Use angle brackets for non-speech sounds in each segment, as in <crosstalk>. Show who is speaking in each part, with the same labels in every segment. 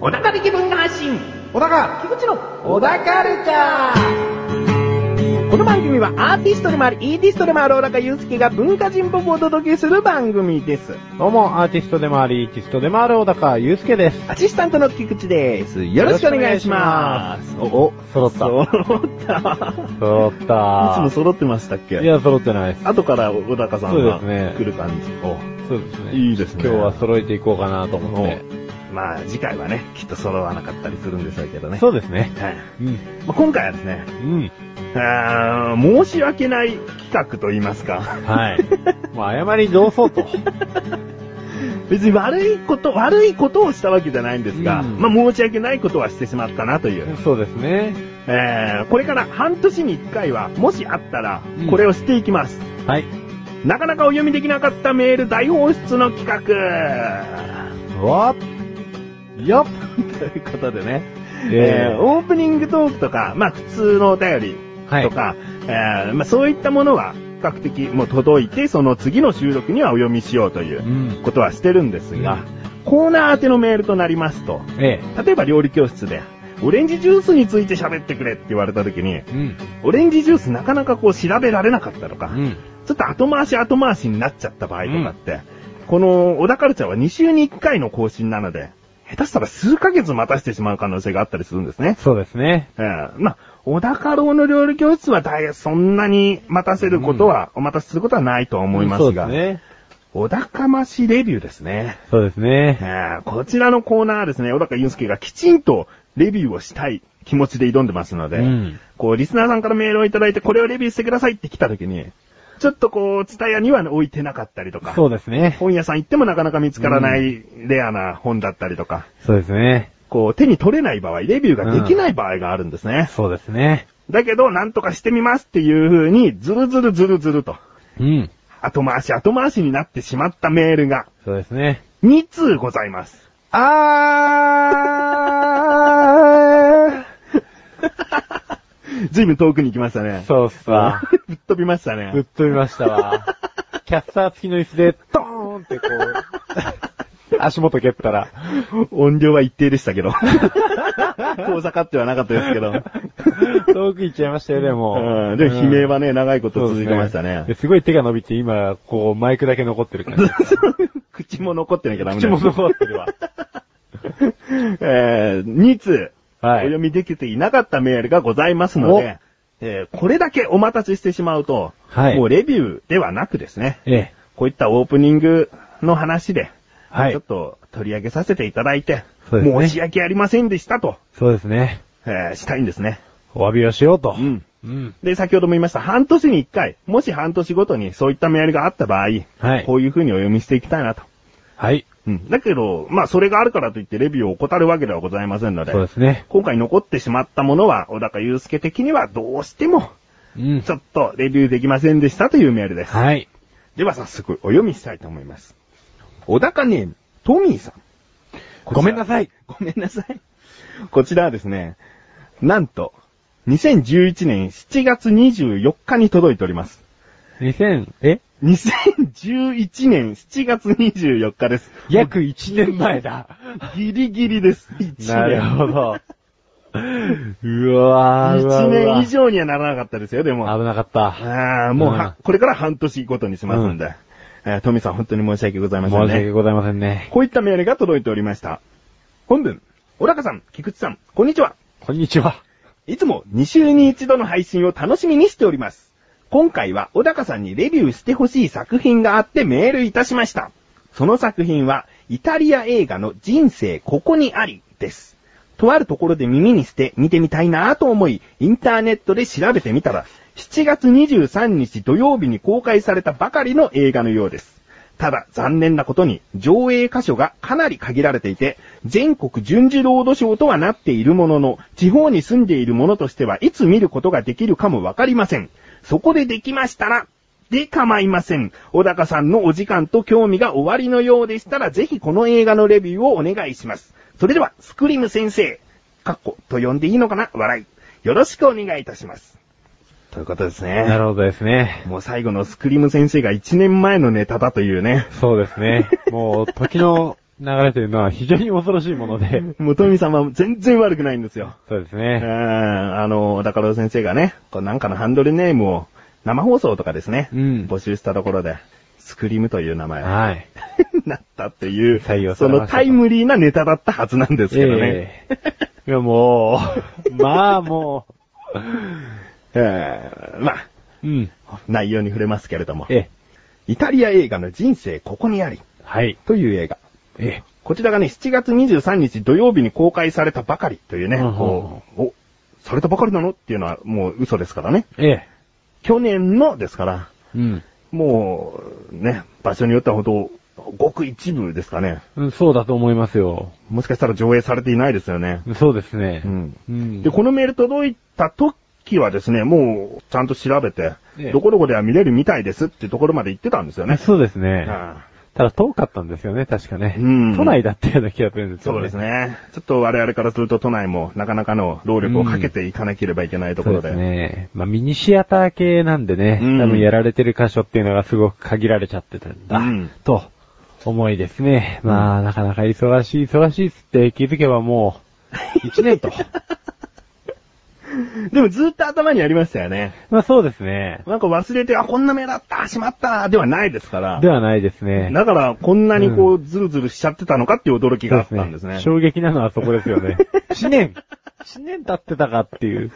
Speaker 1: お腹で気分が発信小高菊池の小高ルチャーこの番組はアーティストでもあり、イーティストでもある小高祐介が文化人っぽくお届けする番組です。
Speaker 2: どうも、アーティストでもあり、ティストでもある小高祐介です。
Speaker 1: アシスタントの菊池です。よろしくお願いします。
Speaker 2: お、お、揃った。
Speaker 1: 揃った。
Speaker 2: 揃った。い
Speaker 1: いつも揃ってましたっ
Speaker 2: い
Speaker 1: け
Speaker 2: や、揃ってないです。
Speaker 1: 後から小高さんが
Speaker 2: そうですね
Speaker 1: 来る感じ。お
Speaker 2: そうですね。
Speaker 1: いいですね
Speaker 2: 今日は揃えていこうかなと思って。
Speaker 1: まあ次回はね、きっと揃わなかったりするんでしょうけどね。
Speaker 2: そうですね。
Speaker 1: はい
Speaker 2: うん。
Speaker 1: まあ、今回はですね、
Speaker 2: うん。
Speaker 1: あー申し訳ない企画と言います
Speaker 2: <laughs>
Speaker 1: か。
Speaker 2: はい。もう謝り上そうと。
Speaker 1: 別に悪いこと、悪いことをしたわけじゃないんですが、
Speaker 2: うん
Speaker 1: まあ申し訳ないことはしてしまったなという。
Speaker 2: そうですね。
Speaker 1: えー、これから半年に1回は、もしあったら
Speaker 2: うん、
Speaker 1: これをしていきます。
Speaker 2: はい。
Speaker 1: なかなかお読みできなかったメール大放出の企画。
Speaker 2: わ
Speaker 1: よっ <laughs> ということでね、え
Speaker 2: え
Speaker 1: ーオープニングトークとか、まあ普通のお便り
Speaker 2: はい。
Speaker 1: とか、えーまあそういったものは比較的もう届いて、その次の収録にはお読みしようといううんことはしてるんですが、
Speaker 2: うん
Speaker 1: コーナー宛てのメールとなりますと、
Speaker 2: え
Speaker 1: 例えば料理教室で、オレンジジュースについて喋ってくれって言われた時に、
Speaker 2: え。うん。
Speaker 1: オレンジジュースなかなかこう調べられなかったとか、
Speaker 2: うん。
Speaker 1: ちょっと後回し後回しになっちゃった場合とかって、この小田カルチャーは2週に1回の更新なので、下手したら数ヶ月待たしてしまう可能性があったりするんですね。
Speaker 2: そうですね。
Speaker 1: ええまあ、小田家老の料理教室は大変そんなに待たせることは、お待たせすることはないとは思いますが、
Speaker 2: そうですね。
Speaker 1: 小田かましレビューですね。
Speaker 2: そうですね。
Speaker 1: ええこちらのコーナーはですね、小高祐介がきちんとレビューをしたい気持ちで挑んでますので、
Speaker 2: うん
Speaker 1: こう、リスナーさんからメールをいただいて、これをレビューしてくださいって来た時に、ちょっとこう、ツタヤには置いてなかったりとか、
Speaker 2: そうですね。
Speaker 1: 本屋さん行ってもなかなか見つからないレアな本だったりとか、
Speaker 2: そうですね。
Speaker 1: こう、手に取れない場合、レビューができない場合があるんですね。
Speaker 2: そうですね。
Speaker 1: だけど、なんとかしてみますっていう風に、ずるずるずるずると、
Speaker 2: うん。
Speaker 1: 後回し後回しになってしまったメールが、
Speaker 2: そうですね。
Speaker 1: 2通ございます。
Speaker 2: あ
Speaker 1: ずいぶん遠くに行きましたね。
Speaker 2: そうっすわ。
Speaker 1: ぶっ飛びましたね。
Speaker 2: <laughs> ぶっ飛びましたわ。キャスター付きの椅子で、ドーンってこ <laughs> う、足元蹴ったら、
Speaker 1: 音量は一定でした
Speaker 2: <laughs>
Speaker 1: けど。遠ざかってはなかったですけど。
Speaker 2: 遠く行っちゃいましたよ、でも。
Speaker 1: うん、でも悲鳴はね、長いこ
Speaker 2: そ
Speaker 1: と
Speaker 2: う
Speaker 1: 続
Speaker 2: です
Speaker 1: いてましたね。
Speaker 2: ですごい手が伸びて、今、こう、マイクだけ残ってる感じ。
Speaker 1: 口も残ってなきゃダメ
Speaker 2: 口
Speaker 1: だよ
Speaker 2: も残って <laughs> るわ。
Speaker 1: えー、2通、お
Speaker 2: はい
Speaker 1: 読。みできていなかったメールがございますので、えー、これだけお待たせしてしまうと、
Speaker 2: はい
Speaker 1: もうレビューではなくですね、
Speaker 2: ええ。
Speaker 1: こういったオープニングの話で、
Speaker 2: はい
Speaker 1: ちょっと取り上げさせていただいて、
Speaker 2: そうですね
Speaker 1: 申し訳ありませんでしたと、
Speaker 2: そうですね。
Speaker 1: えー、したいんですね。
Speaker 2: お詫びをしようと。
Speaker 1: うん。
Speaker 2: うん。
Speaker 1: で、先ほども言いました、半年に一回、もし半年ごとにそういったメールがあった場合、
Speaker 2: はい
Speaker 1: こういう風にお読みしていきたいなと。
Speaker 2: はい。
Speaker 1: うん。だけど、まあ、それがあるからといってレビューを怠るわけではございませんので、
Speaker 2: そうですね。
Speaker 1: 今回残ってしまったものは、小高祐介的にはどうしても、
Speaker 2: うん
Speaker 1: ち。ょっとレビューできませんでしたというメールです。
Speaker 2: はい。
Speaker 1: では早速、お読みしたいと思います。小高ネーム、トミーさん。
Speaker 2: ごめんなさい。
Speaker 1: ごめんなさい。こちらはですね、なんと、2011年7月24日に届いております。
Speaker 2: 2000、え
Speaker 1: 2011年7月24日です。
Speaker 2: 約1年前だ。
Speaker 1: ギリギリです。1年。
Speaker 2: なるほど。うわーうわ
Speaker 1: 1
Speaker 2: うわ
Speaker 1: 年以上にはならなかったですよ、でも。
Speaker 2: 危なかった。
Speaker 1: ああ、もうは、
Speaker 2: うん
Speaker 1: これから半年ごとにしますんで。えートミさん本当に申し訳ございま
Speaker 2: 申し
Speaker 1: せん
Speaker 2: 訳
Speaker 1: ね。
Speaker 2: ございませんね。
Speaker 1: こういったメールが届いておりました。本文、小高さん、菊池さん、こんにちは。
Speaker 2: こんにちは。
Speaker 1: いつも2週に1度の配信を楽しみにしております。今回は小高さんにレビューしてほしい作品があってメールいたしました。その作品は、イタリア映画の人生ここにありです。とあるところで耳にして見てみたいなぁと思い、インターネットで調べてみたら、7月23日土曜日に公開されたばかりの映画のようです。ただ、残念なことに、上映箇所がかなり限られていて、全国順次ロードショーとはなっているものの、地方に住んでいる者としてはいつ見ることができるかもわかりません。そこでできましたら、で構いません。小高さんのお時間と興味が終わりのようでしたら、ぜひこの映画のレビューをお願いします。それでは、スクリム先生、かっこと呼んでいいのかな笑い。よろしくお願いいたします。ということです
Speaker 2: な
Speaker 1: ね。
Speaker 2: るほどですね。
Speaker 1: もう最後のスクリーム先生が1年前のネタだというね。
Speaker 2: そうですね。もう、時の流れというのは非常に恐ろしいもので。
Speaker 1: <laughs> もう富さんは全然悪くないんですよ。
Speaker 2: そうです
Speaker 1: う
Speaker 2: ね。
Speaker 1: ん、あの、小高郎先生がね、こうなんかのハンドルネームを生放送とかですね、
Speaker 2: うん
Speaker 1: 募集したところで、スクリームという名前を
Speaker 2: はい。
Speaker 1: <laughs> なったっていう、
Speaker 2: 採用さ
Speaker 1: そ
Speaker 2: れま
Speaker 1: の
Speaker 2: したと
Speaker 1: タイムリーなネタだったはずなんですけどね。
Speaker 2: ええいや、もう、 <laughs> まあも
Speaker 1: えーまあ、
Speaker 2: う、うん。
Speaker 1: 内容に触れますけれども、
Speaker 2: ええ、
Speaker 1: イタリア映画の人生ここにあり
Speaker 2: はい。
Speaker 1: という映画。
Speaker 2: ええ、
Speaker 1: こちらがね、7月23日土曜日に公開されたばかりというね、
Speaker 2: うん
Speaker 1: こうお、されたばかりなのっていうのはもう嘘ですからね。
Speaker 2: ええ、
Speaker 1: 去年のですから、
Speaker 2: うん。
Speaker 1: もう、ね、場所によってはほど、ごく一部ですかね。
Speaker 2: うんそうだと思いますよ。
Speaker 1: もしかしたら上映されていないですよね。
Speaker 2: そうですね。
Speaker 1: うん
Speaker 2: うん。
Speaker 1: で、このメール届いた時はですね、もう、ちゃんと調べて、
Speaker 2: ええ
Speaker 1: どこどこでは見れるみたいですってところまで行ってたんですよね。
Speaker 2: そうですね。
Speaker 1: ああ
Speaker 2: ただ遠かったんですよね、確かね。
Speaker 1: うん
Speaker 2: 都内だったような気がするんですよ
Speaker 1: そう
Speaker 2: ね。
Speaker 1: です。ね。ちょっと我々からすると都内もなかなかの労力をかけていかなければいけないとこ
Speaker 2: そう
Speaker 1: ろ
Speaker 2: で
Speaker 1: で。
Speaker 2: すね。まあ、ミニシアター系なんでね、
Speaker 1: うん
Speaker 2: 多分やられてる箇所っていうのがすごく限られちゃってたんだ、
Speaker 1: うん
Speaker 2: と、思いですね。まあ、なかなか忙しい忙しいっつって気づけばも
Speaker 1: <laughs>
Speaker 2: う、1年と。
Speaker 1: でもずっと頭にありましたよね。
Speaker 2: まあ、そうですね。
Speaker 1: なんか忘れて、あ、こんな目だった、しまった、ではないですから
Speaker 2: で。はないですね。
Speaker 1: だから、こんなにこう、ズルズルしちゃってたのかっていう驚きがあったんですね。
Speaker 2: 衝撃なのはそこですよ
Speaker 1: <laughs>
Speaker 2: ね。1年 !1 年経ってたかっていう。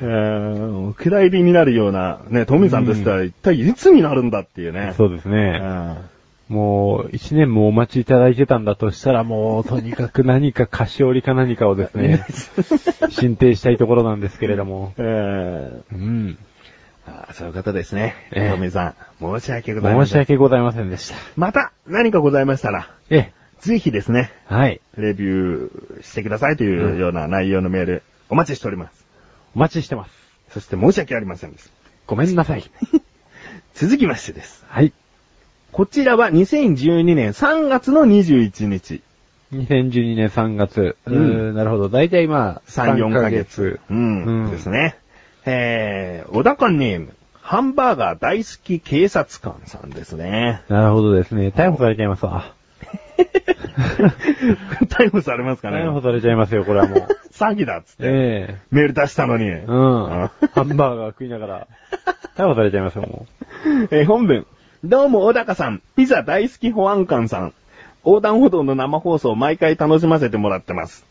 Speaker 1: えー、暗いりになるような、ね、トミーさんとしては一体いつになるんだっていうね。
Speaker 2: <laughs> そうです
Speaker 1: う
Speaker 2: ね。
Speaker 1: ん
Speaker 2: もう、1年もお待ちいただいてたんだとしたら、もう、とにかく何か菓子折りか何かをです <laughs> ね、進呈したいところなんですけれども。
Speaker 1: えー
Speaker 2: うん。
Speaker 1: あーそういうことですね。
Speaker 2: ええ
Speaker 1: トミーさん、申し訳ございま
Speaker 2: 申
Speaker 1: せん。
Speaker 2: し訳ございませんでした。
Speaker 1: また、何かございましたら、
Speaker 2: ええ、
Speaker 1: ぜひですね、
Speaker 2: はい。
Speaker 1: レビューしてくださいというような内容のメール、お待ちしております。
Speaker 2: お待ちしてます。
Speaker 1: そして申し訳ありませんです。
Speaker 2: ごめんなさい。
Speaker 1: 続きましてです。
Speaker 2: はい。
Speaker 1: こちらは2012年3月の21日。
Speaker 2: 2012年3月。
Speaker 1: う
Speaker 2: う
Speaker 1: ん
Speaker 2: ーん、なるほど。だいたいまあ、
Speaker 1: 3、4ヶ月。う
Speaker 2: う。。
Speaker 1: んん。ですね。えー、小高ネーム、ハンバーガー大好き警察官さんですね
Speaker 2: <laughs> なるほどですね。逮捕されちゃいますわ。
Speaker 1: 逮捕されますかね
Speaker 2: 逮捕されちゃいますよ、これはもう。
Speaker 1: 詐欺だっつって。
Speaker 2: <laughs> え
Speaker 1: メール出したのに。
Speaker 2: えうん。ハンバーガー食いながら、逮捕されちゃいますよ、も
Speaker 1: <laughs> えー本文。どうも、小高さん。ピザ大好き保安官さん。横断歩道の生放送を毎回楽しませてもらってます。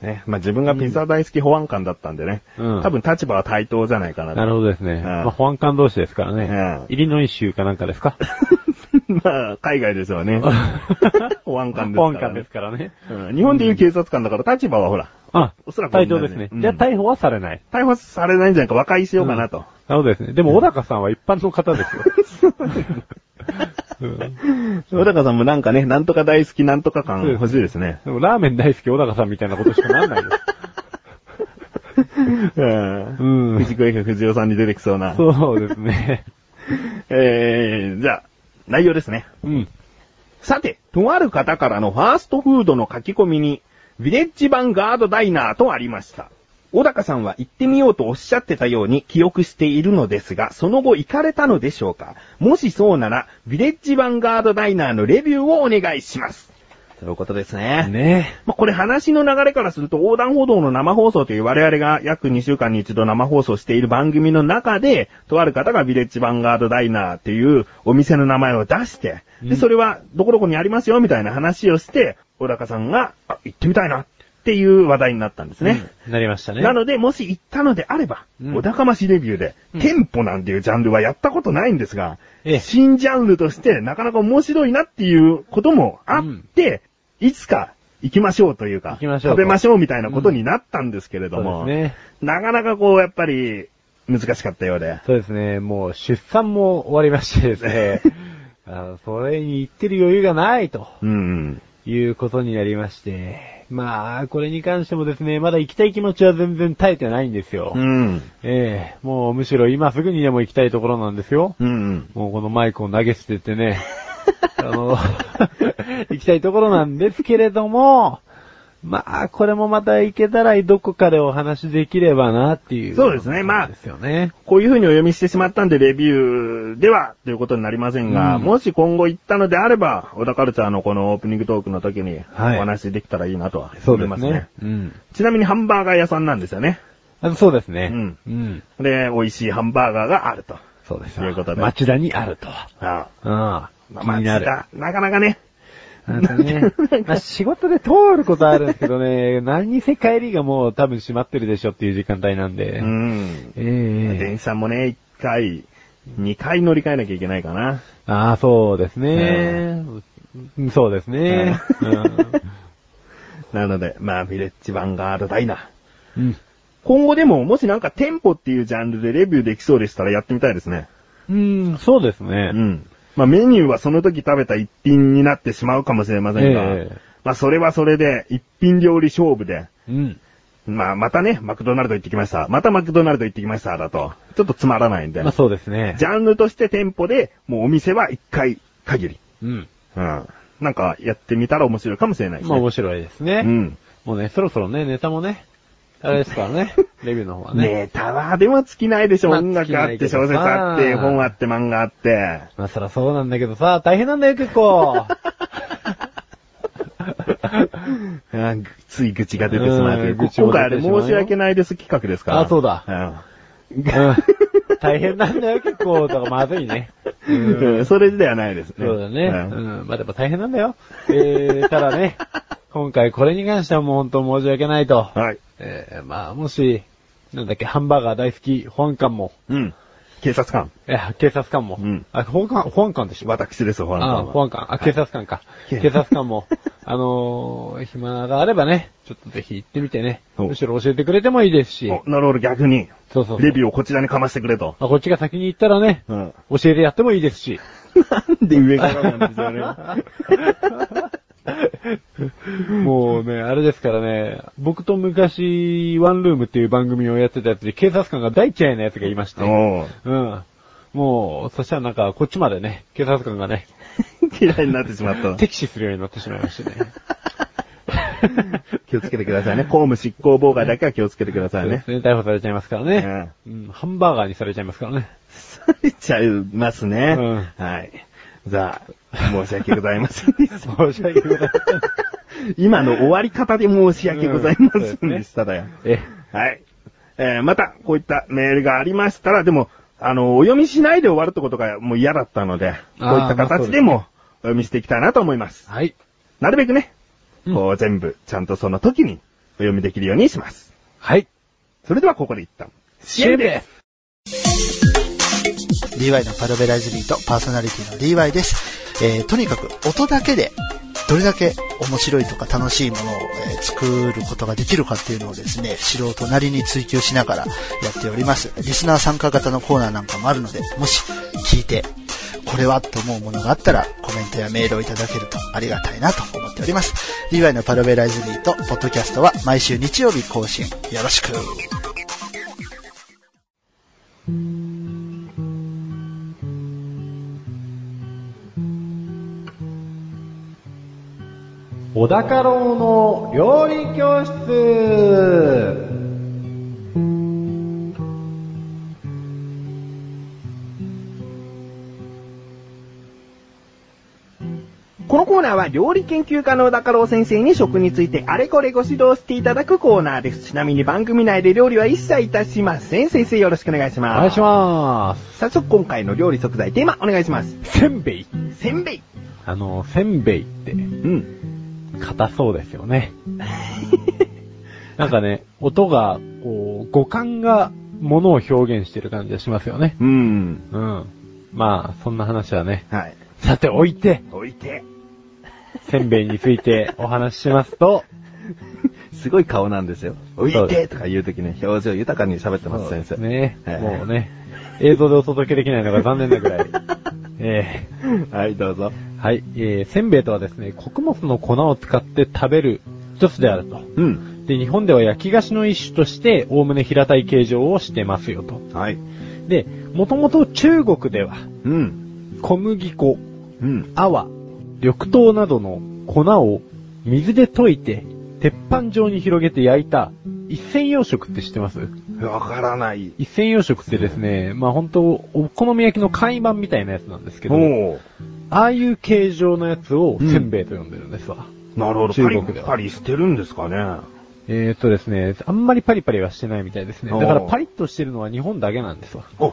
Speaker 1: ね。まあ、自分がピザ大好き保安官だったんでね。
Speaker 2: うん
Speaker 1: 多分立場は対等じゃないかな
Speaker 2: う。
Speaker 1: と。
Speaker 2: なるほどですね。まあ、保安官同士ですからね。
Speaker 1: うん
Speaker 2: イリノイ州かなんかですか
Speaker 1: まあ、海外ですよ
Speaker 2: <laughs>
Speaker 1: ね。 <laughs> 保安官ですから、ね。
Speaker 2: 保安官ですからね。
Speaker 1: うん日本でいう警察官だから立場はほら、
Speaker 2: あ、
Speaker 1: おそらく同
Speaker 2: 対
Speaker 1: じだ
Speaker 2: 等
Speaker 1: ね
Speaker 2: ですね。
Speaker 1: うん
Speaker 2: じゃあ逮捕はされない。
Speaker 1: 逮捕されないんじゃないか和解しようかなと。
Speaker 2: なるほどですね。でも、小高さんは一般の方ですよ。うん
Speaker 1: 小高さんもなんかね、なんとか大好きなんとか感
Speaker 2: そうです
Speaker 1: 欲しいですね。
Speaker 2: でも、ラーメン大好き小高さんみたいなことしかなんないです。
Speaker 1: うん
Speaker 2: <laughs> うん
Speaker 1: 藤子 F 不二雄さんに出てきそうな。
Speaker 2: そうですね。
Speaker 1: えー、じゃあ、内容ですね。
Speaker 2: うん。
Speaker 1: さて、とある方からのファーストフードの書き込みに、ヴィレッジ版ガードダイナーとありました。小高さんは行ってみようとおっしゃってたように記憶しているのですが、その後行かれたのでしょうかもしそうなら、ヴィレッジ版ガードダイナーのレビューをお願いします。ということですね。
Speaker 2: ね
Speaker 1: まあ、これ話の流れからすると横断歩道の生放送という我々が約2週間に一度生放送している番組の中で、とある方がビレッジヴァンガードダイナーっていうお店の名前を出して、
Speaker 2: うん
Speaker 1: で、それはどこどこにありますよみたいな話をして、小高さんが、あ、行ってみたいなっていう話題になったんですね。
Speaker 2: なりましたね。
Speaker 1: なので、もし行ったのであれば、
Speaker 2: うん
Speaker 1: お高ましレビューで、
Speaker 2: うん
Speaker 1: 店舗なんていうジャンルはやったことないんですが、
Speaker 2: ええ
Speaker 1: 新ジャンルとしてなかなか面白いなっていうこともあって、いつか行きましょうという
Speaker 2: 行
Speaker 1: か、
Speaker 2: きましょうと
Speaker 1: 食べましょうみたいなことになったんですけれども、
Speaker 2: そうですね。
Speaker 1: なかなかこう、やっぱり難しかったようで。
Speaker 2: そうですね。もう出産も終わりましてで
Speaker 1: <laughs>
Speaker 2: すね。あそれに行ってる余裕がないと
Speaker 1: うん。
Speaker 2: いうことになりまして。まあ、これに関してもですね、まだ行きたい気持ちは全然耐えてないんですよ。
Speaker 1: うん。
Speaker 2: ええもうむしろ今すぐにでも行きたいところなんですよ。
Speaker 1: うん。
Speaker 2: もうこのマイクを投げ捨て
Speaker 1: <laughs>
Speaker 2: て <laughs> ね、あの、行きたいところなんですけれども、まあ、これもまた行けたらどこかでお話できればなっていう。
Speaker 1: そうですねまあ
Speaker 2: ですよね。
Speaker 1: こういう風にお読みしてしまったんで、レビューでは、ということになりませんが、
Speaker 2: うん
Speaker 1: もし今後行ったのであれば、小田カルチャーのこのオープニングトークの時に、お
Speaker 2: はい
Speaker 1: 話できたらいいなとは
Speaker 2: そう
Speaker 1: 思
Speaker 2: で
Speaker 1: い
Speaker 2: す
Speaker 1: ますね。
Speaker 2: ね。うん。
Speaker 1: ちなみにハンバーガー屋さんなんですよね。
Speaker 2: あそうですね。
Speaker 1: うん
Speaker 2: うん。
Speaker 1: で、美味しいハンバーガーがあると。
Speaker 2: そうです。
Speaker 1: ということで
Speaker 2: 町田にあると。
Speaker 1: あ
Speaker 2: あ
Speaker 1: あ
Speaker 2: あ、気になる。
Speaker 1: あ、なかなかね。
Speaker 2: <laughs> なんかね、まあ仕事で通ることあるんですけどね、 <laughs> 何にせ帰りがもう多分閉まってるでしょっていう時間帯なんで。
Speaker 1: うん。
Speaker 2: ええ
Speaker 1: 電車もね、1回、2回乗り換えなきゃいけないかな。
Speaker 2: ああ、そうですね。うんそうですね。
Speaker 1: なので、まあ、ヴィレッジヴァンガードダイナー。
Speaker 2: うん。
Speaker 1: 今後でも、もしなんか店舗っていうジャンルでレビューできそうでしたらやってみたいですね。
Speaker 2: うん、そうですね。
Speaker 1: うん。まあメニューはその時食べた一品になってしまうかもしれませんが、
Speaker 2: ええ
Speaker 1: まあそれはそれで一品料理勝負で、
Speaker 2: うん。
Speaker 1: まあまたね、マクドナルド行ってきました。またマクドナルド行ってきましただと、ちょっとつまらないんで、
Speaker 2: まあそうですね。
Speaker 1: ジャンルとして店舗でもうお店は一回限り。
Speaker 2: うん。
Speaker 1: うん。なんかやってみたら面白いかもしれないです
Speaker 2: まあ
Speaker 1: ね。
Speaker 2: 面白いですね。
Speaker 1: うん。
Speaker 2: もうね、そろそろね、ネタもね、あれですからね、 <laughs> レビューの方はね。
Speaker 1: ネタはでも尽きないでしょ。
Speaker 2: まあ
Speaker 1: 音楽あっ
Speaker 2: 尽きな
Speaker 1: て、
Speaker 2: いけど
Speaker 1: 小説あって、本あって、漫画あって。
Speaker 2: まあそらそうなんだけどさ、大変なんだよ結 <laughs> 構。
Speaker 1: あーぐつい愚痴が出てしまうという。
Speaker 2: うん
Speaker 1: こ
Speaker 2: 愚痴も
Speaker 1: 今
Speaker 2: 出て
Speaker 1: 回あれ
Speaker 2: しまうよ
Speaker 1: 申し訳ないです企画ですから。
Speaker 2: あそうだうん大変なんだよ結構、とかまずいね。
Speaker 1: うん。うんそれではないですね。
Speaker 2: そうだね。
Speaker 1: ん
Speaker 2: うん。まあ、でも大変なんだよ。えー、た
Speaker 1: <laughs>
Speaker 2: だね、今回これに関してはもう本当申し訳ないと。
Speaker 1: はい。
Speaker 2: えー、まあ、もし、なんだっけ、ハンバーガー大好き、保安官も、
Speaker 1: うん。警察官。
Speaker 2: いや、警察官も、
Speaker 1: うん
Speaker 2: あ、保安官、保安官でしょ
Speaker 1: 私です、ほ
Speaker 2: あ、保安官、あ、警察官か。
Speaker 1: い
Speaker 2: 警察官も、あのー、暇があればね、ちょっとぜひ行ってみてね、
Speaker 1: お
Speaker 2: むしろ教えてくれてもいいですし、
Speaker 1: おなるほど、逆に。
Speaker 2: そうそうそう
Speaker 1: レビューをこちらにかましてくれと。
Speaker 2: まあ、こっちが先に行ったらね、 <laughs>
Speaker 1: うん。
Speaker 2: 教えてやってもいいですし、
Speaker 1: なんで上からなんですよね。
Speaker 2: <laughs> もうね、あれですからね、僕と昔、ワンルームっていう番組をやってたやつで、警察官が大嫌いなやつがいまして、
Speaker 1: おう
Speaker 2: うん。もう、そしたらなんか、こっちまでね、警察官がね、
Speaker 1: <laughs> 嫌いになってしまった。
Speaker 2: 敵視するようになってしまいま <laughs> してね。
Speaker 1: 気をつけてくださいね。公務執行妨害だけは気をつけてください
Speaker 2: そうで <laughs>
Speaker 1: ね。
Speaker 2: すね、逮捕されちゃいますからね。うん、ハンバーガーにされちゃいますからね。
Speaker 1: さ <laughs> れちゃいますね。
Speaker 2: う
Speaker 1: はい。じゃあ、申し訳ございませんでした。
Speaker 2: <laughs> 申し訳ございません。
Speaker 1: 今の終わり方で申し訳ございませんでしただよ。
Speaker 2: え、
Speaker 1: はい。えーまた、こういったメールがありましたら、でも、あの、お読みしないで終わるってことがもう嫌だったので、こういった形でもお読みしていきたいなと思います。
Speaker 2: はい。
Speaker 1: なるべくね、
Speaker 2: うん
Speaker 1: こう全部、ちゃんとその時にお読みできるようにします。
Speaker 2: はい。
Speaker 1: それではここで一旦、
Speaker 2: CM です
Speaker 3: DY のパルベラジビーとパーソナリティの DY です。えーとにかく音だけでどれだけ面白いとか楽しいものを、えー作ることができるかっていうのをですね、素人なりに追求しながらやっております。リスナー参加型のコーナーなんかもあるので、もし聞いてこれはと思うものがあったらコメントやメールをいただけるとありがたいなと思っております。DY のパルベラジビーとポッドキャストは毎週日曜日更新よろしく。
Speaker 2: 小田家老の料理教室
Speaker 1: このコーナーは料理研究家の小高郎先生に食についてあれこれご指導していただくコーナーです。ちなみに番組内で料理は一切いたしません。先生よろしくお願いし
Speaker 2: お
Speaker 1: ます。
Speaker 2: 願いします。
Speaker 1: す。早速今回の料理食材テーマお願いします。
Speaker 2: せんべい。
Speaker 1: せんべい。
Speaker 2: あの、せんべいって、
Speaker 1: うん。
Speaker 2: 硬そうです
Speaker 1: <laughs>
Speaker 2: よね。なんかね、音が、こう、五感が、ものを表現してる感じがしますよね。
Speaker 1: うん。
Speaker 2: うん。まあ、そんな話はね。
Speaker 1: はい。
Speaker 2: さて、置いて、
Speaker 1: 置いて。
Speaker 2: せんべいについてお話ししますと、
Speaker 1: すごい顔なんですよ。置いてとか言うときね、表情豊かに喋ってます、先生。
Speaker 2: ね、
Speaker 1: はい
Speaker 2: もうね、映像でお届けできないのが残念なぐらい。え
Speaker 1: <laughs> はい、どうぞ。
Speaker 2: ーはい、えーせんべいとはですね、穀物の粉を使って食べる一つであると。
Speaker 1: うん。
Speaker 2: で、日本では焼き菓子の一種として、おおむね平たい形状をしてますよと。
Speaker 1: はい。
Speaker 2: で、もともと中国では、
Speaker 1: うん。
Speaker 2: 小麦粉、
Speaker 1: うん。
Speaker 2: 泡、緑豆などの粉を水で溶いて、鉄板状に広げて焼いた、一銭洋食って知ってます
Speaker 1: わからない。
Speaker 2: 一銭洋食ってですね、まあ本当お好み焼きの海板みたいなやつなんですけど、
Speaker 1: おう
Speaker 2: ああいう形状のやつをせんべいと呼んでるんですわ。
Speaker 1: なるほど。
Speaker 2: 中
Speaker 1: パ
Speaker 2: 国
Speaker 1: リ
Speaker 2: では
Speaker 1: パリしてるんですかね。
Speaker 2: えー、っとですね、あんまりパリパリはしてないみたいですね。
Speaker 1: お
Speaker 2: だ
Speaker 1: う
Speaker 2: からパリッとしてるのは日本だけなんですわ。
Speaker 1: あ、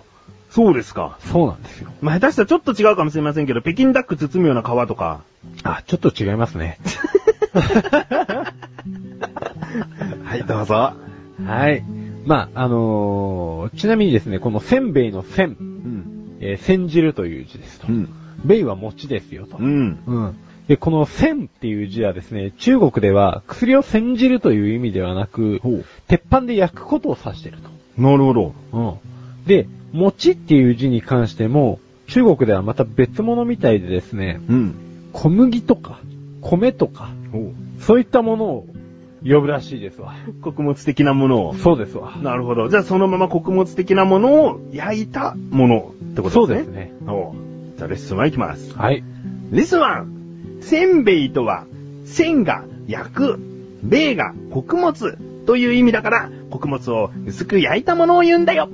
Speaker 1: そうですか。
Speaker 2: そうなんですよ。
Speaker 1: まあ、下手したらちょっと違うかもしれませんけど、北京ダック包むような皮とか。
Speaker 2: あ、ちょっと違いますね。
Speaker 1: はい、どうぞ。
Speaker 2: はい。まあ、あのーちなみにですね、このせんべいのせ、
Speaker 1: うんん。
Speaker 2: えー、せん汁という字ですと。
Speaker 1: うん。
Speaker 2: べいは餅ですよと。
Speaker 1: うん。
Speaker 2: うん。で、この千っていう字はですね、中国では薬を煎じるという意味ではなく
Speaker 1: ほう、
Speaker 2: 鉄板で焼くことを指している
Speaker 1: なるほど。
Speaker 2: と。うん。で、餅っていう字に関しても、中国ではまた別物みたいでですね、
Speaker 1: うん。
Speaker 2: 小麦とか、米とか、
Speaker 1: お
Speaker 2: そういったものを呼ぶらしいです
Speaker 1: <laughs>
Speaker 2: わ。
Speaker 1: 穀物的なものを。
Speaker 2: そうですわ。
Speaker 1: なるほど。じゃあそのまま穀物的なものを焼いたものってことですね。
Speaker 2: そうです
Speaker 1: ね。おうじゃあレッスン1いきます。
Speaker 2: はい。
Speaker 1: レッスン 1! せんべいとは、せんが焼く、べいが穀物という意味だから、穀物を薄く焼いたものを言うんだよ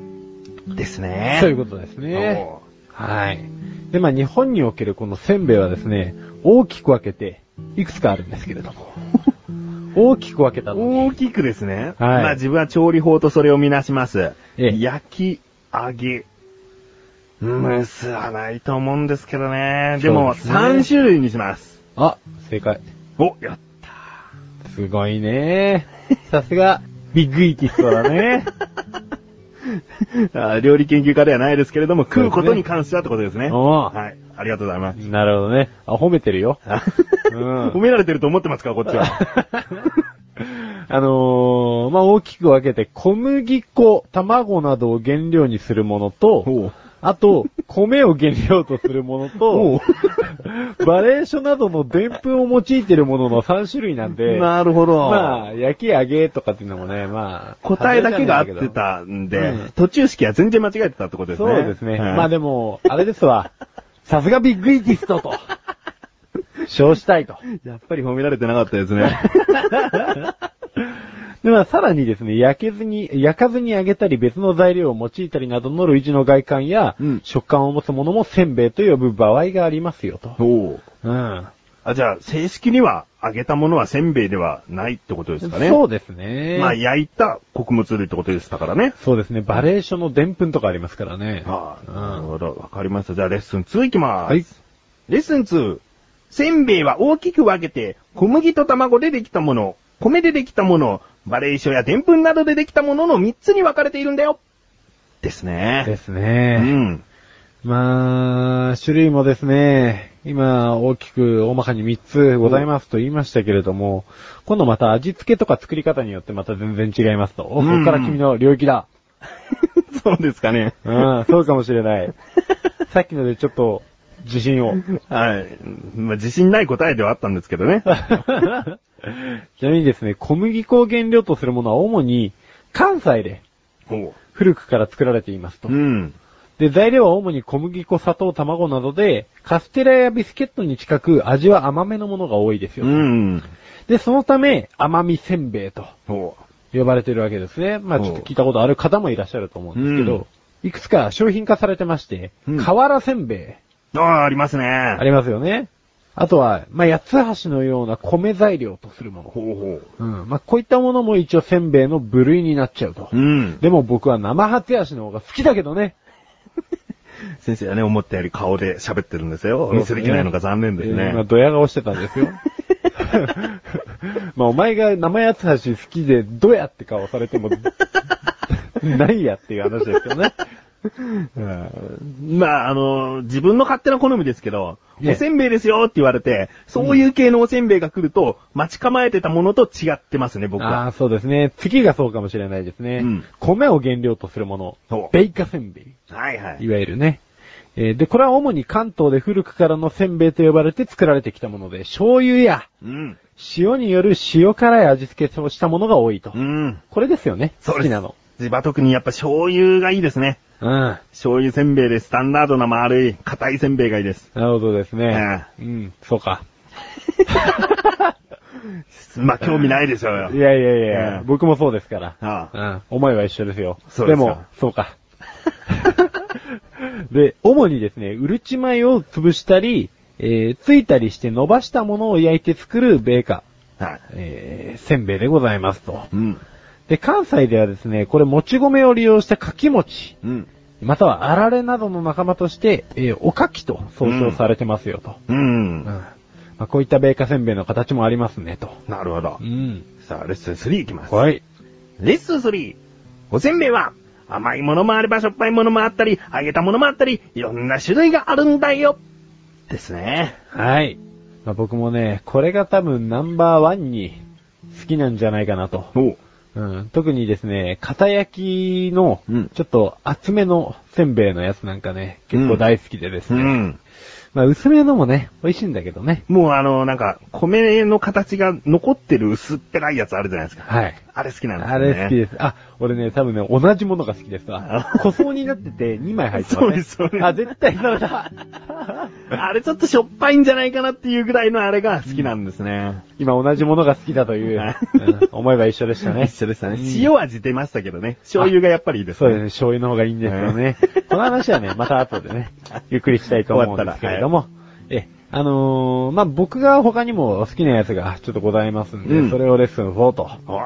Speaker 1: ですね。
Speaker 2: そういうことですね。
Speaker 1: おう
Speaker 2: はい。で、まあ日本におけるこのせんべいはですね、大きく分けて、いくつかあるんですけれど
Speaker 1: <laughs>
Speaker 2: も。大きく分けたのに。
Speaker 1: 大きくですね。
Speaker 2: はい
Speaker 1: まあ自分は調理法とそれをみなします。
Speaker 2: ええ
Speaker 1: 焼き、揚げ。蒸すはないと思うんですけどね。でも、
Speaker 2: そうですね
Speaker 1: 3種類にします。
Speaker 2: あ、正解。
Speaker 1: お、やっ <laughs>
Speaker 2: すごいね。さすが、ビッグイーティストだ
Speaker 1: <laughs>
Speaker 2: ね。
Speaker 1: あ料理研究家ではないですけれども、
Speaker 2: すね
Speaker 1: 食うことに関してはってことですね。
Speaker 2: おう
Speaker 1: はい。ありがとうございます。
Speaker 2: なるほどね。あ、褒めてるよ。ん
Speaker 1: <laughs> 褒められてると思ってますか、こ
Speaker 2: <laughs>
Speaker 1: っちは。
Speaker 2: あのー、まあ、大きく分けて、小麦粉、卵などを原料にするものと、あと、米を原料とするものと、 <laughs> バレー書などのでんぷんを用いてるものの3種類なんで、
Speaker 1: なるほど。
Speaker 2: まあ、焼き揚げとかっていうのもね、まあ、
Speaker 1: 答えだけが合ってたんで、
Speaker 2: うん
Speaker 1: 途中式は全然間違えてたってことですね。
Speaker 2: そうですね。
Speaker 1: はい
Speaker 2: まあでも、あれですわ。さすがビッグイーティストと。称したいと。
Speaker 1: やっぱり褒められてなかったです
Speaker 2: <laughs>
Speaker 1: ね。
Speaker 2: で、まあさらにですね、焼けずに、焼かずに揚げたり別の材料を用いたりなどの類似の外観や、
Speaker 1: うん
Speaker 2: 食感を持つものもせんべいと呼ぶ場合がありますよと。
Speaker 1: おう
Speaker 2: うん。
Speaker 1: あ、じゃあ、正式には揚げたものはせんべいではないってことですかね。
Speaker 2: そう
Speaker 1: う
Speaker 2: ですね。
Speaker 1: まあ、焼いた穀物類ってことでしたからね。
Speaker 2: そうですね。バレー書のでんぷんとかありますからね。
Speaker 1: はあ、
Speaker 2: うん
Speaker 1: なるほど。わかりました。じゃあ、レッスン2いきます。
Speaker 2: はい。
Speaker 1: レッスン 2! せんべいは大きく分けて、小麦と卵でできたもの、米でできたもの、バレー書やでんぷんなどでできたものの3つに分かれているんだよです
Speaker 2: で
Speaker 1: ね。
Speaker 2: す
Speaker 1: う
Speaker 2: ね。
Speaker 1: ん。 <laughs>
Speaker 2: まあ、種類もですね、今大きく大まかに3つございますと言いましたけれども、今度また味付けとか作り方によってまた全然違いますと。お、こ
Speaker 1: うん
Speaker 2: こから君の領域だ。
Speaker 1: そうですかね。
Speaker 2: うん、そうかもしれない。さっきのでちょっと、自信
Speaker 1: <laughs>
Speaker 2: を。
Speaker 1: はい。まあ、自信ない答えではあったんですけど
Speaker 2: <laughs>
Speaker 1: ね。
Speaker 2: ちなみにですね、小麦粉を原料とするものは主に関西で
Speaker 1: おう
Speaker 2: 古くから作られていますと。
Speaker 1: うん。
Speaker 2: で、材料は主に小麦粉、砂糖、卵などで、カステラやビスケットに近く味は甘めのものが多いですよ。
Speaker 1: うん。
Speaker 2: で、そのため、甘みせんべいと
Speaker 1: おう
Speaker 2: 呼ばれてるわけですね。まあ
Speaker 1: おう
Speaker 2: ちょっと聞いたことある方もいらっしゃると思うんですけど、いくつか商品化されてまして、
Speaker 1: うん
Speaker 2: 瓦せんべい、
Speaker 1: ああ、ありますね。
Speaker 2: ありますよね。あとは、まあ八つ橋のような米材料とするもの。
Speaker 1: ほうほう。
Speaker 2: うん。まあこういったものも一応せんべいの部類になっちゃうと。
Speaker 1: うん。
Speaker 2: でも僕は生八つ橋の方が好きだけどね。
Speaker 1: 先生はね、思ったより顔で喋ってるんですよ。お見せできないのが残念です
Speaker 2: えー今、
Speaker 1: ね。
Speaker 2: ドヤ顔してたんですよ。
Speaker 1: <laughs>
Speaker 2: まあ、お前が生八つ橋好きで、ドヤって顔されて
Speaker 1: <laughs>
Speaker 2: も、ないやっていう話ですけどね。
Speaker 1: まあ、あの、自分の勝手な好みですけど、
Speaker 2: いえ
Speaker 1: おせんべいですよって言われて、そういう系のおせんべいが来ると、待ち構えてたものと違ってますね、僕
Speaker 2: あ
Speaker 1: は。
Speaker 2: あ、そうですね。次がそうかもしれないですね。
Speaker 1: うん
Speaker 2: 米を原料とするもの
Speaker 1: そ。う
Speaker 2: 米化せんべい。
Speaker 1: はいはいい。
Speaker 2: わゆるね。えーで、これは主に関東で古くからのせんべいと呼ばれて作られてきたもので、醤油や
Speaker 1: うん。
Speaker 2: 塩による塩辛い味付けをしたものが多いと。
Speaker 1: うん。
Speaker 2: これですよね。
Speaker 1: そう
Speaker 2: 好
Speaker 1: です。
Speaker 2: きなの。。
Speaker 1: 自場特にやっぱ醤油がいいですね。
Speaker 2: うん。
Speaker 1: 醤油せんべいでスタンダードな丸い、硬いせんべいがいいです。
Speaker 2: なるほどですね。うん、そうか。
Speaker 1: まあ、興味ないでしょうよ
Speaker 2: い。やいやいや、
Speaker 1: うん
Speaker 2: 僕もそうですから。
Speaker 1: ああ
Speaker 2: うん。思いは一緒ですよ。
Speaker 1: そうですか
Speaker 2: も、そ
Speaker 1: <laughs>
Speaker 2: うか。で、主にですね、うるち米を潰したり、えー、ついたりして伸ばしたものを焼いて作る米菓、
Speaker 1: はい。
Speaker 2: えー、せんべいでございますと。
Speaker 1: うん。
Speaker 2: で、関西ではですね、これもち米を利用したかきもち、
Speaker 1: うん。
Speaker 2: またはあられなどの仲間として、えー、おかきと総称されてますよと。
Speaker 1: うん。
Speaker 2: うん。まあ、こういった米菓せんべいの形もありますねと。
Speaker 1: なるほど
Speaker 2: う。ん。
Speaker 1: さあ、レッスン3いきます。
Speaker 2: はい。
Speaker 1: レッスン 3! おせんべいは、甘いものもあればしょっぱいものもあったり、揚げたものもあったり、いろんな種類があるんだよですね。
Speaker 2: はい。まあ、僕もね、これが多分ナンバーワンに好きなんじゃないかなと。
Speaker 1: おう。
Speaker 2: うん、特にですね、片焼きの
Speaker 1: うん、
Speaker 2: ちょっと厚めのせんべいのやつなんかね、結構大好きでです
Speaker 1: う
Speaker 2: ね。
Speaker 1: ん。
Speaker 2: まあ薄めのもね、美味しいんだけどね。
Speaker 1: もうあの、なんか、米の形が残ってる薄っぺらいやつあるじゃないですか。
Speaker 2: はい。
Speaker 1: あれ好きなんです
Speaker 2: あ
Speaker 1: よね。
Speaker 2: れ好きです。あ、俺ね、多分ね、同じものが好きですわ
Speaker 1: あ。
Speaker 2: 塗装になってて2枚入ってま
Speaker 1: そ
Speaker 2: す、ね。
Speaker 1: うですそうです
Speaker 2: あ、絶対それだ。
Speaker 1: <laughs> あれちょっとしょっぱいんじゃないかなっていうぐらいのあれが好きなんですね。
Speaker 2: 今同じものが好きだという、
Speaker 1: はい
Speaker 2: うん思えば一緒でしたね。
Speaker 1: 一緒でしたね
Speaker 2: うん
Speaker 1: 塩味出ましたけどね。醤油がやっぱりいいです
Speaker 2: <laughs> そ
Speaker 1: ね。
Speaker 2: うですね、醤油の方がいいんですよね。 <laughs> この話はね、また後でね、ゆっくりしたいと思うんですけれども。え、あのー、まあ、僕が他にも好きなやつがちょっとございますんで、
Speaker 1: うん
Speaker 2: それをレッスン4と。
Speaker 1: お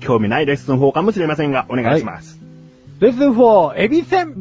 Speaker 1: 興味ないレッスン法かもしれませんが、お願いします。
Speaker 2: レッスン 4! エビせん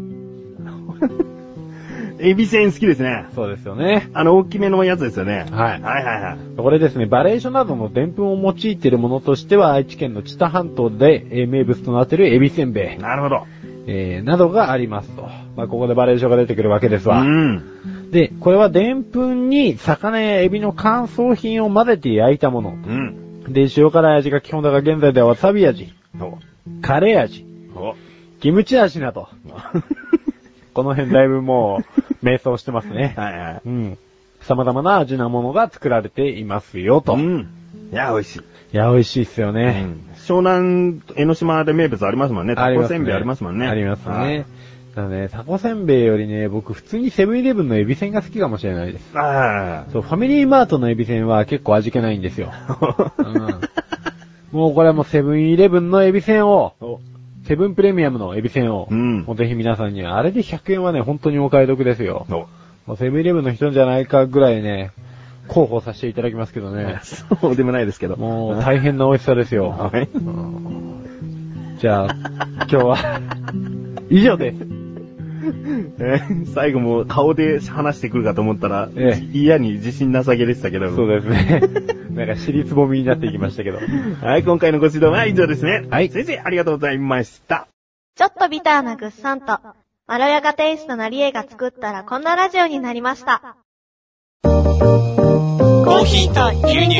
Speaker 1: エビせん好きですね。
Speaker 2: そうですよね。
Speaker 1: あの、大きめのやつですよね。
Speaker 2: はい
Speaker 1: はいはいはい。
Speaker 2: これですね、バレーションなどの澱粉を用いているものとしては、愛知県の知多半島で、えー名物となっているエビせんべい、
Speaker 1: なるほど。
Speaker 2: えーなどがありますと。まあ、ここでバレーションが出てくるわけです
Speaker 1: う
Speaker 2: わ。
Speaker 1: ん。
Speaker 2: で、これは澱粉に魚やエビの乾燥品を混ぜて焼いたもの。
Speaker 1: うん。
Speaker 2: で、塩辛い味が基本だが現在ではわさび味、
Speaker 1: お
Speaker 2: カレー味、
Speaker 1: お
Speaker 2: キムチ味な
Speaker 1: <laughs>
Speaker 2: ど。この辺だいぶもう、迷走してますね。
Speaker 1: <laughs> はいはい。
Speaker 2: うん。様々な味なものが作られていますよ、と。
Speaker 1: う
Speaker 2: い
Speaker 1: ん。いや、美味しい。
Speaker 2: や、美味しいっすよね。
Speaker 1: 湘南、江ノ島で名物ありますもんね。タコせんべいありますもんね。
Speaker 2: あります
Speaker 1: はい
Speaker 2: ね。。だからね、タコせんべいよりね、僕普通にセブンイレブンのエビせんが好きかもしれないです。
Speaker 1: あ
Speaker 2: そう、ファミリーマートのエビせんは結構味気ないんですよ。う
Speaker 1: あ。
Speaker 2: ん。もうこれはもうセブンイレブンのエビせんを、
Speaker 1: お
Speaker 2: セブンプレミアムのエビせんを、
Speaker 1: うん
Speaker 2: もうぜひ皆さんには、あれで100円はね、本当にお買い得ですよ。
Speaker 1: お。
Speaker 2: もうセブンイレブンの人じゃないかぐらいね、広報させていただきますけどね
Speaker 1: そうでもないですけど。
Speaker 2: もう大変な美味しさですよ。
Speaker 1: <laughs> はい。
Speaker 2: じゃあ、今日は、以上です。
Speaker 1: えー最後も顔で話してくるかと思ったら、
Speaker 2: え
Speaker 1: 嫌に自信なさげでしたけど。
Speaker 2: そうですね。なんか尻つぼみになっていきましたけど。
Speaker 1: はい、今回のご指導は以上ですね。
Speaker 2: はい
Speaker 1: 先生、ありがとうございました。
Speaker 4: ちょっとビターなぐっさんと、まろやかテイストなりえが作ったらこんなラジオになりました。
Speaker 5: コーヒーと牛乳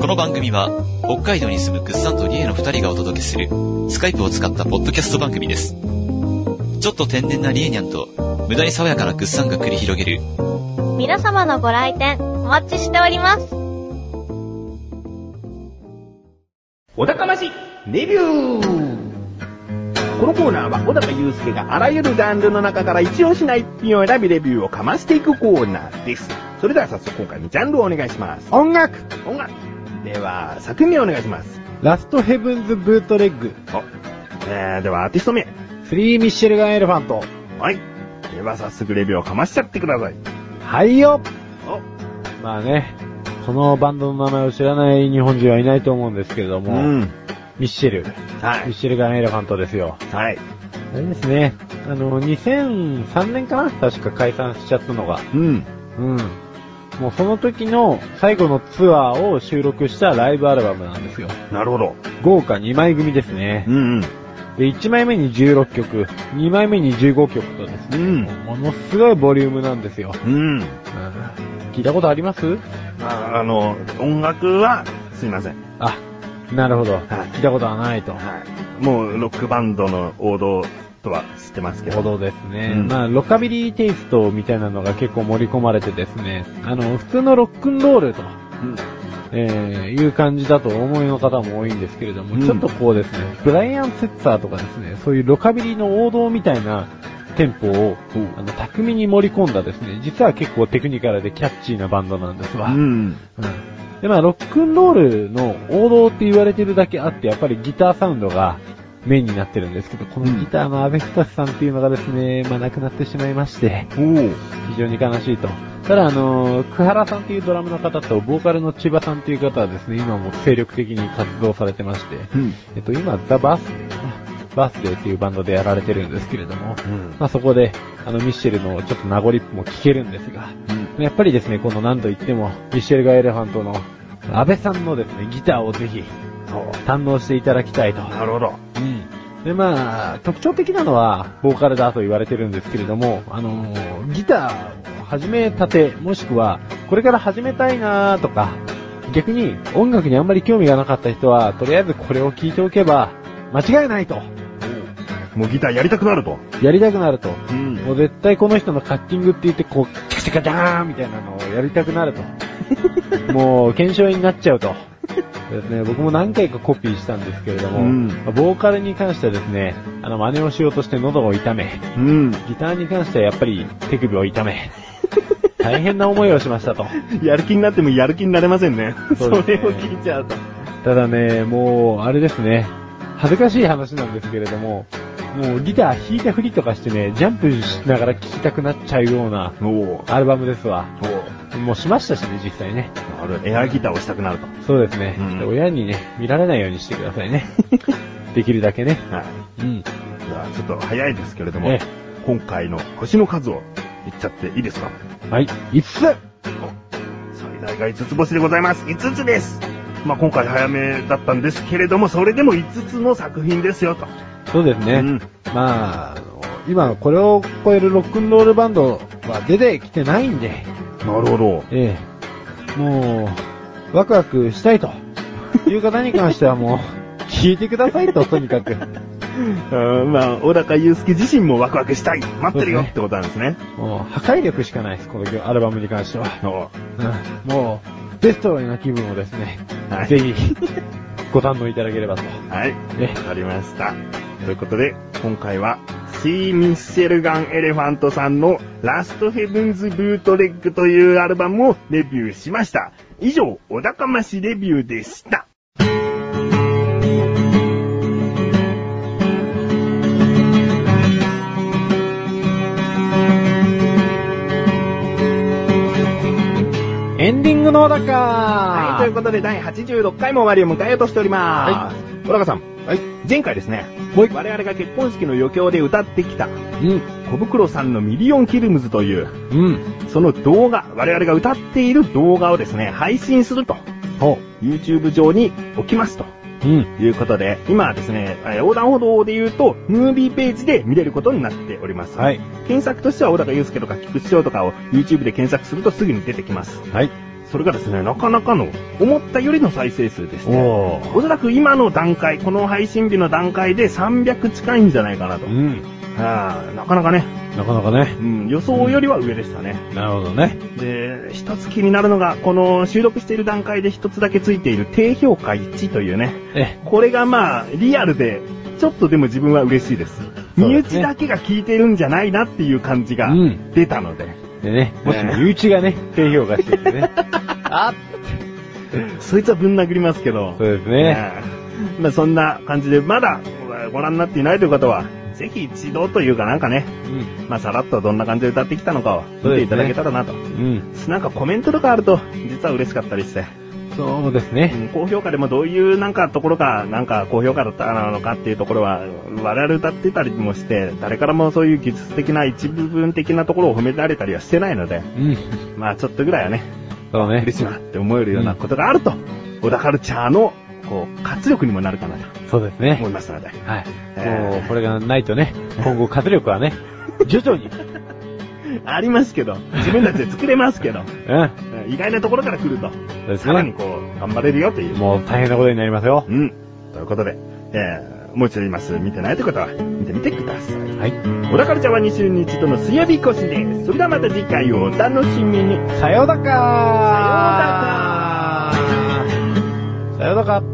Speaker 5: この番組は、北海道に住むグッサンとリエの二人がお届けする、スカイプを使ったポッドキャスト番組です。ちょっと天然なリエニャンと、無駄に爽やかなグッサンが繰り広げる、
Speaker 4: 皆様のご来店お待ちしております。
Speaker 1: 小高まし、レビューこのコーナーは小高祐介があらゆるジャンルの中から一押しな一品を選びレビューをかましていくコーナーです。それでは早速今回のジャンルをお願いします。
Speaker 2: 音楽
Speaker 1: 音楽では、作品名お願いします。
Speaker 2: ラストヘブンズブートレッグ。
Speaker 1: おえー、ではアーティスト名。
Speaker 2: スリーミッシェルガンエレファント。
Speaker 1: はい。では早速レビューをかましちゃってください。
Speaker 2: はいよ
Speaker 1: お
Speaker 2: まあね、このバンドの名前を知らない日本人はいないと思うんですけれども、
Speaker 1: うん。
Speaker 2: ミッシェル。
Speaker 1: は
Speaker 2: ミッ
Speaker 1: い。
Speaker 2: シェルガンエレファントですよ。
Speaker 1: はい。
Speaker 2: あれですね。あの、2003年かな確か解散しちゃったのが。
Speaker 1: うん。
Speaker 2: うん。もうその時の最後のツアーを収録したライブアルバムなんですよ。
Speaker 1: なるほど。
Speaker 2: 豪華2枚組ですね
Speaker 1: う。んうん。
Speaker 2: で、1枚目に16曲、2枚目に15曲とで
Speaker 1: う
Speaker 2: すね、
Speaker 1: ん。
Speaker 2: ものすごいボリュームなんですよ。
Speaker 1: うん。
Speaker 2: 聞いたことあります
Speaker 1: ああの、音楽は、すいません。
Speaker 2: あ、なるほど。
Speaker 1: はい
Speaker 2: 聞いたことはないと。
Speaker 1: はい。もう、ロックバンドの王道とは知ってますけ
Speaker 2: ほ
Speaker 1: ど。
Speaker 2: どですね。
Speaker 1: うん
Speaker 2: まあ、ロカビリーテイストみたいなのが結構盛り込まれてですね、あの、普通のロックンロールと、
Speaker 1: うん
Speaker 2: えーいう感じだとお思いの方も多いんですけれども、
Speaker 1: うん
Speaker 2: ちょっとこうですね、ブライアン・セッツァーとかですね、そういうロカビリーの王道みたいなテンポを、あの、巧みに盛り込んだですね、実は結構テクニカルでキャッチーなバンドなんですわ。
Speaker 1: うん。
Speaker 2: うんで、まあ、ロックンロールの王道って言われてるだけあって、やっぱりギターサウンドがメインになってるんですけど、このギターの安倍久さんっていうのがですね、まあ、亡くなってしまいまして、
Speaker 1: おー
Speaker 2: 非常に悲しいと。ただ、あのー、久原さんっていうドラムの方と、ボーカルの千葉さんっていう方はですね、今も精力的に活動されてまして、
Speaker 1: うん。
Speaker 2: えっと、今、ザ・バースデーかなバースデーっていうバンドでやられてるんですけれども、
Speaker 1: うん。
Speaker 2: まあ、そこで、あの、ミッシェルのちょっと名残も聞けるんですが、やっぱりですね、この何と言っても、ミッシェルガ・エレファントの、安倍さんのですね、ギターをぜひ、
Speaker 1: そう。
Speaker 2: 堪能していただきたいと。
Speaker 1: なるほど。
Speaker 2: で、まあ、特徴的なのは、ボーカルだと言われてるんですけれども、あのーギターを始めたて、もしくは、これから始めたいなーとか、逆に音楽にあんまり興味がなかった人は、とりあえずこれを聴いておけば、間違いないと。
Speaker 1: もうギターやりたくなると。
Speaker 2: やりたくなると。
Speaker 1: うん
Speaker 2: もう絶対この人のカッティングって言って、こう、チカチカダーンみたいなのをやりた
Speaker 1: <laughs>
Speaker 2: くなると。もう、検証になっちゃうと。ですね、僕も何回かコピーしたんですけれども、
Speaker 1: うん
Speaker 2: ボーカルに関してはですね、あの、真似をしようとして喉を痛め、
Speaker 1: うん。
Speaker 2: ギターに関してはやっぱり手首を
Speaker 1: <laughs>
Speaker 2: 痛め、大変な思いをしましたと。
Speaker 1: やる気になってもやる気になれませんね。そ
Speaker 2: そうで
Speaker 1: れ
Speaker 2: すね
Speaker 1: を聞いちゃうと。
Speaker 2: ただね、もう、あれですね、恥ずかしい話なんですけれども、もうギター弾いて振りとかしてね、ジャンプしながら聴きたくなっちゃうような
Speaker 1: おお。
Speaker 2: アルバムですわ。
Speaker 1: お
Speaker 2: もうしましたしね、実際ね。
Speaker 1: なるほどエアギターをしたくなると。
Speaker 2: そうですね。
Speaker 1: うん
Speaker 2: で親にね、見られないようにしてください
Speaker 1: <laughs>
Speaker 2: ね。できるだけね。
Speaker 1: はい。
Speaker 2: うん。
Speaker 1: じゃあ、ちょっと早いですけれども、
Speaker 2: ええ
Speaker 1: 今回の星の数を言っちゃっていいですか
Speaker 2: はい。5つ
Speaker 1: 最大が5つ星でございます。5つです。まあ、今回早めだったんですけれども、それでも5つの作品ですよと。
Speaker 2: そうですね。
Speaker 1: うん
Speaker 2: まああの、今これを超えるロックンロールバンドは出てきてないんで、
Speaker 1: なるほど。
Speaker 2: ええ。もう、ワクワクしたいという方に関してはもう、
Speaker 1: <laughs>
Speaker 2: 聞いてくださいと、とにかく。
Speaker 1: まあ、小高祐介自身もワクワクしたい。待ってるよ
Speaker 2: そうですね
Speaker 1: ってことなんですね。
Speaker 2: もう、破壊力しかないです、このアルバムに関しては。
Speaker 1: お
Speaker 2: うん <laughs> もう、デストロイな気分をですね、
Speaker 1: はい
Speaker 2: ぜひ、ご堪能いただければと。
Speaker 1: はい。
Speaker 2: え
Speaker 1: わかりました。ということで、今回は、シー・ミッシェルガン・エレファントさんのラストヘブンズ・ブートレッグというアルバムをレビューしました。以上、小高ましレビューでした。
Speaker 2: エンディングのだか
Speaker 1: はい、ということで第86回も終わりを迎えようとしております。小高さん。はい。前回ですね。
Speaker 2: もう一
Speaker 1: 我々が結婚式の余興で歌ってきた、
Speaker 2: うん。
Speaker 1: 小袋さんのミリオンフィルムズという、
Speaker 2: うん。
Speaker 1: その動画、我々が歌っている動画をですね、配信すると、
Speaker 2: ほ
Speaker 1: YouTube 上に置きますと。
Speaker 2: う。うん。
Speaker 1: ということで、今はですね、えー横断歩道で言うと、ムービーページで見れることになっております。
Speaker 2: はい。
Speaker 1: 検索としては、小高祐介とか菊池翔とかを YouTube で検索するとすぐに出てきます。
Speaker 2: はい。
Speaker 1: それがですね、なかなかの、思ったよりの再生数でして、
Speaker 2: お
Speaker 1: おそらく今の段階、この配信日の段階で300近いんじゃないかなと。
Speaker 2: うん。
Speaker 1: あーなかなかね、
Speaker 2: なかなかね
Speaker 1: う。ん、予想よりは上でしたね。
Speaker 2: なるほどね。
Speaker 1: で、一つ気になるのが、この収録している段階で一つだけついている低評価1というね、
Speaker 2: え
Speaker 1: これがまあ、リアルで、ちょっとでも自分は嬉しいです。
Speaker 2: そう
Speaker 1: 身
Speaker 2: です
Speaker 1: 内
Speaker 2: ね
Speaker 1: だけが聞いてるんじゃないなっていう感じが
Speaker 2: うん
Speaker 1: 出たので、
Speaker 2: え。でね、もし
Speaker 1: ね
Speaker 2: も身内がね、 <laughs> 低評価しててね。あ
Speaker 1: そいつはぶん殴りますけど、
Speaker 2: そうですね。
Speaker 1: ねえまあ、そんな感じで、まだご覧になっていないという方は、ぜひ一度というかなんかね、
Speaker 2: うん。
Speaker 1: まあ、さらっとどんな感じで歌ってきたのかを見ていただけたらなと。
Speaker 2: うん。
Speaker 1: なんかコメントとかあると、実は嬉しかったりして、
Speaker 2: そうです
Speaker 1: う
Speaker 2: ね。
Speaker 1: ん高評価でもどういうなんかところが、なんか高評価だったなのかっていうところは、我々歌ってたりもして、誰からもそういう技術的な一部分的なところを褒められたりはしてないので、
Speaker 2: うん。
Speaker 1: まあちょっとぐらいはね、
Speaker 2: そうね。
Speaker 1: 嬉しいなって思えるようなことがあると、小田カルチャーの、こう、活力にもなるかなと
Speaker 2: そうです
Speaker 1: 思
Speaker 2: ね
Speaker 1: い。ますので。
Speaker 2: はい。
Speaker 1: ええ
Speaker 2: もう、これがないとね、今後活力はね、徐々 <laughs> に、
Speaker 1: ありますけど、自分たちで作れますけど、
Speaker 2: うん。
Speaker 1: うん意外なところから来ると、
Speaker 2: そうです
Speaker 1: さらに
Speaker 2: ね。
Speaker 1: こう、頑張れるよという。
Speaker 2: もう大変なことになりますよ
Speaker 1: う。ん。ということで、えー、もう一度言います。見てないという方は、見てみてください。
Speaker 2: はい。
Speaker 1: 小田カルチャーは2週に一度の水曜日更新です。それではまた次回をお楽しみに。
Speaker 2: さようだか
Speaker 1: さようだか
Speaker 2: さようだか